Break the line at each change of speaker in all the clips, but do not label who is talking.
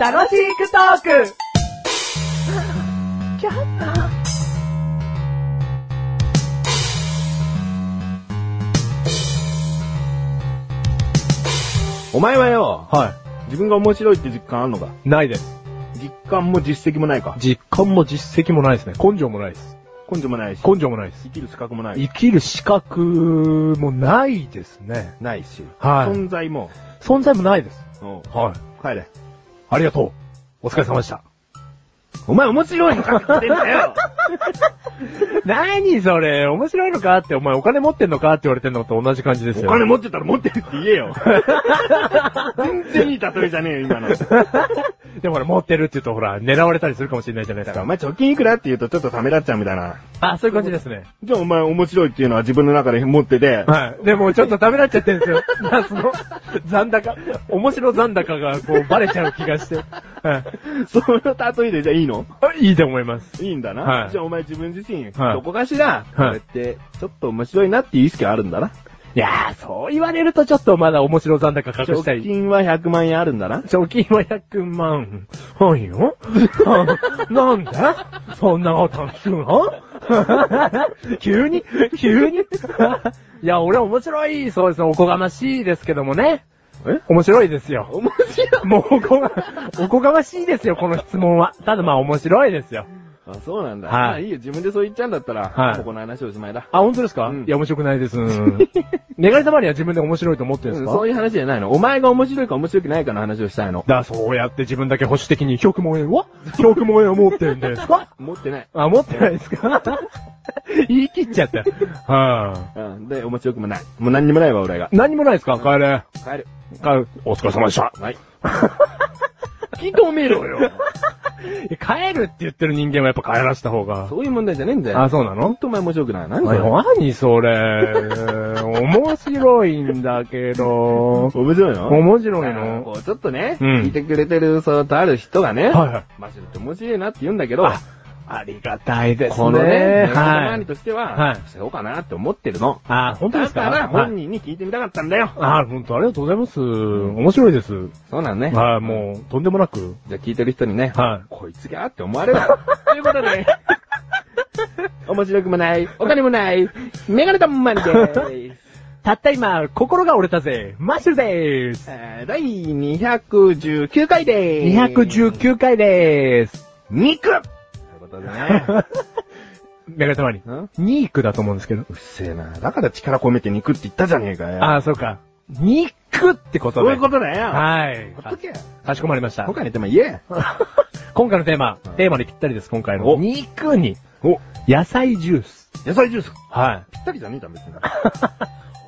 楽しくトーク
お前はよ、
は
自分が面白いって実感あんのか
い。ないです。
実感も実績もないか
実感も実績もないですね。根性もないです。
根性もないし、
根性もないです
生。きる資格もない。
生きる資格もないですね。
ないし、
はい
存在も、
存在もないです。
おう
はい。
帰れ。
ありがとう。お疲れ様でした。
お前面白いのかって言ってんだよ
何それ面白いのかって、お前お金持ってんのかって言われてんのと同じ感じで す
お
よ。
金持ってたら持ってるって言え よ。全然いい例えじゃねえよ、今の。だか
でもほら、持ってるって言うとほら、狙われたりするかもしれないじゃないです
らお
か。
前貯金いくらって言うとちょっとためらっちゃうみたいな。
あ、そういう感じですね。
じゃあお前面白いっていうのは自分の中で持ってて、
はい。でもちょっとダメなっちゃってるんですよ。 なその、残高、面白残高がこう、バレちゃう気がして。はい。
その例えでじゃあいいの
あいいと思います。
いいんだな。
はい
じゃあお前自分自身、
はい
どこかしら、こうやって、ちょっと面白いなっていう意識はあるんだな。
いやー、そう言われるとちょっとまだ面白残高隠した
貯
い。
金は100万円あるんだな。
貯金は100万。はいよ。なんでそんなこと聞くの急に急にいや、俺面白い、そうですね、おこがましいですけどもね。
え
面白いですよ。
面白い。
もうおこが、おこがましいですよ、この質問は。ただまあ面白いですよ。
あ、そうなんだ。
はい
まあいいよ、自分でそう言っちゃうんだったら、
はい
ここの話おしまいだ。
あ、本当ですか、
うん
いや、面白くない です。願い様には自分で面白いと思ってるんです
うん
か、
そういう話じゃないの。お前が面白いか面白くないかの話をしたいの。
だ、そうやって自分だけ保守的に100万円は ?100 万円を持ってるんですか
持ってない。
あ、持ってないですか 言い切っちゃった。は
うん。で、面白くもない。もう何にもないわ、俺が。
い。何もないですか帰れ。
帰る。
帰る。お疲れ様でした。
はい。聞き止めろよ。
帰るって言ってる人間はやっぱ帰らした方が。
そういう問題じゃねえんだよ。
あ、そうな
ほん
の
とお前面白くない。何それ
何それ。面白いんだけど。
面白いの
面白い
あ
の
こうちょっとね、
うん
聞いてくれてる、そうとある人がね、
はいはい
マジで面白いなって言うんだけど、
あありがたいですね。
このね、
は
はいい、と。しては、
はい
そうかなって思ってるの。
あ、本当ですか
だから
はい
本人に聞いてみたかったんだよ。
あ、本当ありがとうございます。面白いです。
そうなんね。
はい、もう、とんでもなく。
じゃあ聞いてる人にね、
はい。
こいつがって思われる。ということで、面白くもない、お金もない、メガネたまんでーす。
たった今、心が折れたぜ。マッシュルでーす。
えー第219回でーす。
219回でーす。
肉ということで ね。
メガネたまに。
ん
ニークだと思うんですけど。
うっせえな。だから力込めて肉って言ったじゃねえかよ。
ああ、そうか。ニークってこと
そう
で。
いうことだよ。
はい。
ほっとけ。
かしこまりました。
他にでも言え。
今回のテーマ、テーマにぴったりです、今回の。
お
肉に、
お、
野菜ジュース。
野菜ジュース。
はい。
ぴったりじゃねえだ 別に。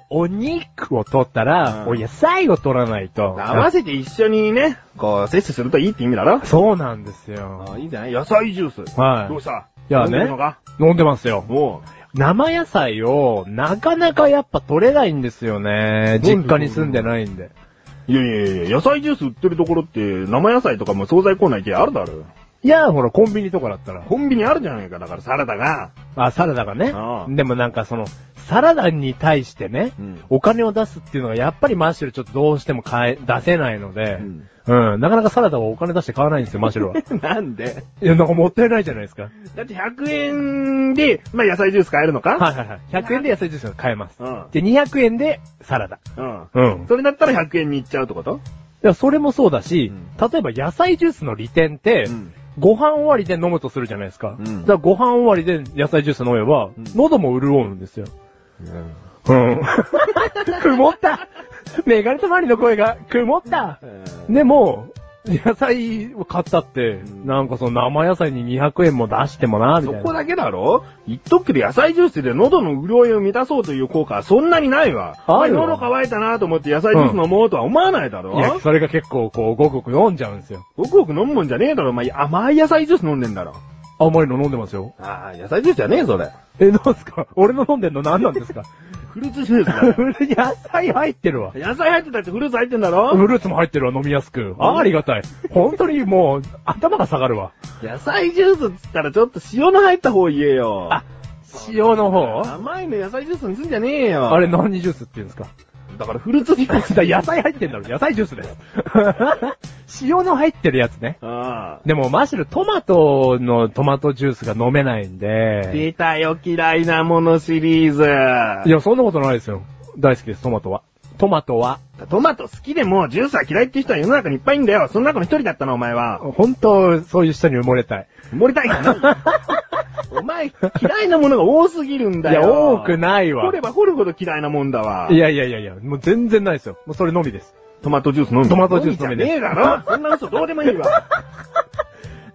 お肉を取ったら、
うん
お野菜を取らないと。
合わせて一緒にね、こう、摂取するといいって意味だろ
そうなんですよ。
あいいんじゃない野菜ジュース。
はい
どうした
いや
飲
ね
んでみるのか
飲んでますよ。
も
生野菜を、なかなかやっぱ取れないんですよね。
どういう
実
こと
家に住んでないんで。
う。いやいやいや、野菜ジュース売ってるところって、生野菜とかも惣菜コーナー行けあるだろ。
いや、ほら、コンビニとかだったら。
コンビニあるじゃないか、だからサラダが。
あ、サラダがね
ああ。
でもなんかその、サラダに対してね、
うん
お金を出すっていうのがやっぱりマッシュルちょっとどうしても買え、出せないので、
うん
うん、なかなかサラダはお金出して買わ ないんですよ、マッシュルは。
なんで
いや、なんかもったいないじゃないですか。
だって100円で、まあ野菜ジュース買えるのか
はいはいはい。100円で野菜ジュースが買えます。
うん
で、200円でサラダ。
うん。
うん。
それだったら100円に行っちゃうってこと
いや、それもそうだし、
う
例えば野菜ジュースの利点って、
ん
ご飯終わりで飲むとするじゃないですか。
うん
だからご飯終わりで野菜ジュース飲めば、
うん
喉も潤うんですよ。
うん。
うん。曇ったメガネたまりの声が曇ったでも、野菜を買ったって、
ん
なんかその生野菜に200円も出してもな、み
そ
たい
こ
な。
だけだろ言っとくけど野菜ジュースで喉の潤いを満たそうという効果はそんなにないわ。
あるよ
お前喉乾いたなと思って野菜ジュース飲もうとは思わないだ
いや、
ろ
それが結構こう、ごくごく飲んじゃうんですよ。
ごくごく飲むもんじゃねえだろ。お前甘い野菜ジュース飲んでんだろ。
あ、甘いの飲んでますよ。
ああ、野菜ジュースじゃねえ、それ。
え、なんすか俺の飲んでんの何なんですか
フルーツジュースだ よ。
野菜入ってるわ。
野菜入ってたってフルーツ入ってんだろ
フルーツも入ってるわ、飲みやすく。ああ、ありがたい。本当にもう、頭が下がるわ。
野菜ジュースっつったらちょっと塩の入った方言えよ。
あ、塩の方
甘いの野菜ジュースにすんじゃねえよ。
あれ何ジュースって言うんですかだからフルーツジュースだ。野菜入ってんだろ。野菜ジュースだよ。 塩の入ってるやつね。
あ
でも、マシル、トマトのトマトジュースが飲めないん
あ。
で。
出たよ、嫌いなものシリー
い
ズ。
や、そんなことないですよ。大好きです、トマトは。トマトは。
トマト好きでもジュースは嫌いっていう人は世の中にいっぱいいんだよ。その中の一人だったな、お前は。
本当、そういう人に埋もれたい。
盛りたいかな。 お前、嫌いなものが多すぎるん
い
だよ。
や、多くないわ
掘。れば掘るほど嫌いなもんだわ。
いやいやいやいや、もう全然ないですよ。もうそれのみです。
トマトジュース飲んで。
トマトジュース飲
飲
み
みじ
ね
ゃねえだろ。そんな嘘どうでもいいわ。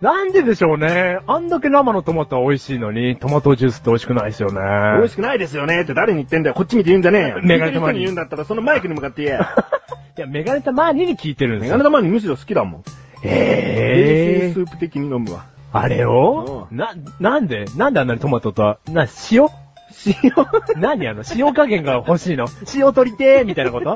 なんででしょうね。あんだけ生のトマトは美味しいのに、トマトジュースって美味しくないですよね。
美味しくないですよねって誰に言ってんだよ。こっち見て言うんじゃねえよ。
メガ
聞
ネ
いてる
玉
人に
に
言うんだったらそのマイクに向かって言え。
いや、メガネたまにに聞いてるん で
メ
す
ガネ
よ。
玉にむしろ好きだもん。冷
え
製スープ的に飲むわ。
あれをな、なんでなんであんなにトマトとは、な、塩
塩
何あの、塩加減が欲しいの塩取りてーみたいなこと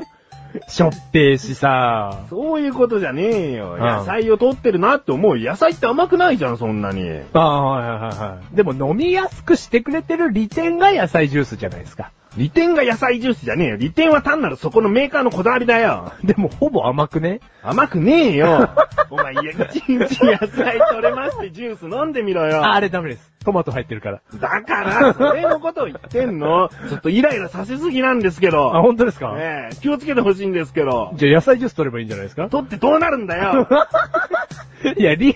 しょっぺーしさ
そういうことじゃねえよ。
うん
野菜を取ってるなって思う。野菜って甘くないじゃん、そんなに。
ああ、はいはいはいはい。でも飲みやすくしてくれてる利点が野菜ジュースじゃないですか。
利点が野菜ジュースじゃねえよ。利点は単なるそこのメーカーのこだわりだよ。
でもほぼ甘くね
甘くねえ よ。お前、いや、一日野菜取れましてジュース飲んでみろよ。
ああれダメです。トマト入ってるから。
だから、それのことを言ってんの。ちょっとイライラさせすぎなんですけど。
あ、本当ですか、
ねえ、気をつけてほしいんですけど。
じゃあ野菜ジュース取ればいいんじゃないですか
取ってどうなるんだ よ
いや、リ、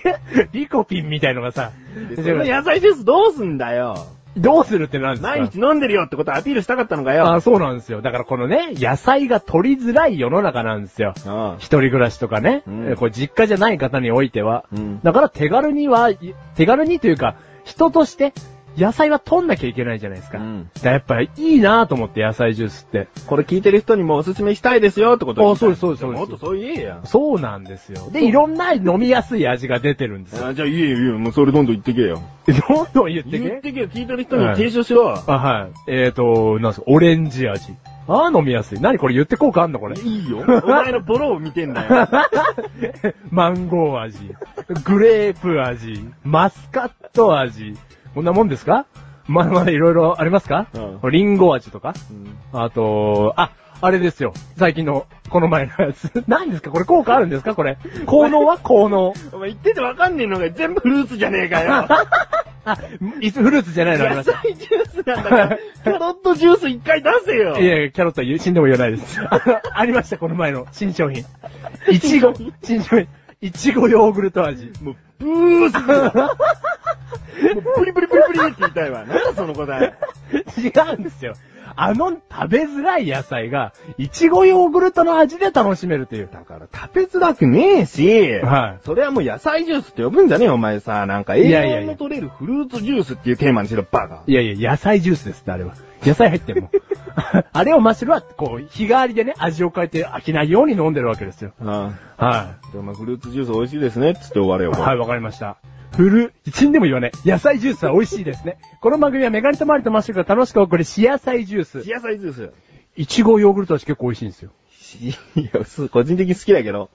リコピンみたいのがさ、
でその野菜ジュースどうすんだよ
どうするってなんですか
毎日飲んでるよってことをアピールしたかったのかよ
あ、そうなんですよ。だからこのね、野菜が取りづらい世の中なんですよ。
あ
一人暮らしとかね、
うん
えこれ実家じゃない方においては。
うん
だから手軽には、い手軽にというか、人として野菜は取んなきゃいけないじゃないですか。
うん
だからやっぱりいいなぁと思って野菜ジュースって。
これ聞いてる人にもおすすめしたいですよってことを
あそうですそうで
じ
す
ゃあ
そ
もっ
うで
と
す
そう言えや。
そうなんですよ。で、いろんな飲みやすい味が出てるんですよ。
あじゃあ言えよ言えよ。もうそれどんどん言ってけよ。
どんどん言って
言っ
ね。
てけよ。聞いてる人に提唱しろ。
あ、はい。えーと、なんすか、オレンジ味。あー飲みやすい。何これ言って効果あんのこれ。
いいよ。お前のボロを見てんだよ。
マンゴー味、グレープ味、マスカット味。こんなもんですかまだまだいろいろありますか、
う
リンゴ味とか
うん
あと、あ、あれですよ。最近の、この前のやつ。 何ですかこれ効果あるんですかこれ。効能 は効能。
お前言っててわかんねえのが全部フルーツじゃねえ かよ。
あ、いつフルーツじゃないのありま
野
した。
菜ジュースなんだから、キャロットジュース一回出せよ。
いやいや、キャロットは言う死んでも言わないです。あの ありました、この前の新商品。いちご、新商品。いちごヨーグルト味。
もう、ブースだもう、プリプリプリプリって言いたいわ。なんだその答え。
違うんですよ。あの食べづらい野菜が、いちごヨーグルトの味で楽しめるという。
だから、食べづらくねえし、
はい
それはもう野菜ジュースって呼ぶんじゃねえよ、お前さ。なんか、栄
いやいやいや
養の取れるフルーツジュースっていうテーマにしろ、バカ。
いやいや、野菜ジュースですって、あれは。野菜入ってんもん。 あれをマシュルは、こう、日替わりでね、味を変えて飽きないように飲んでるわけですよ。
あ
は
あ。でも、フルーツジュース美味しいですね、つって終われよ。
い。はい、わかりました。フル、一んでも言わない。野菜ジュースは美味しいですね。この番組はメガネとマリとマッシュルが楽しくお送り、し野菜ジュース。
野菜ジュース。
いちごヨーグルト味結構美味しいんですよ。
いや、す個人的に好きだけど。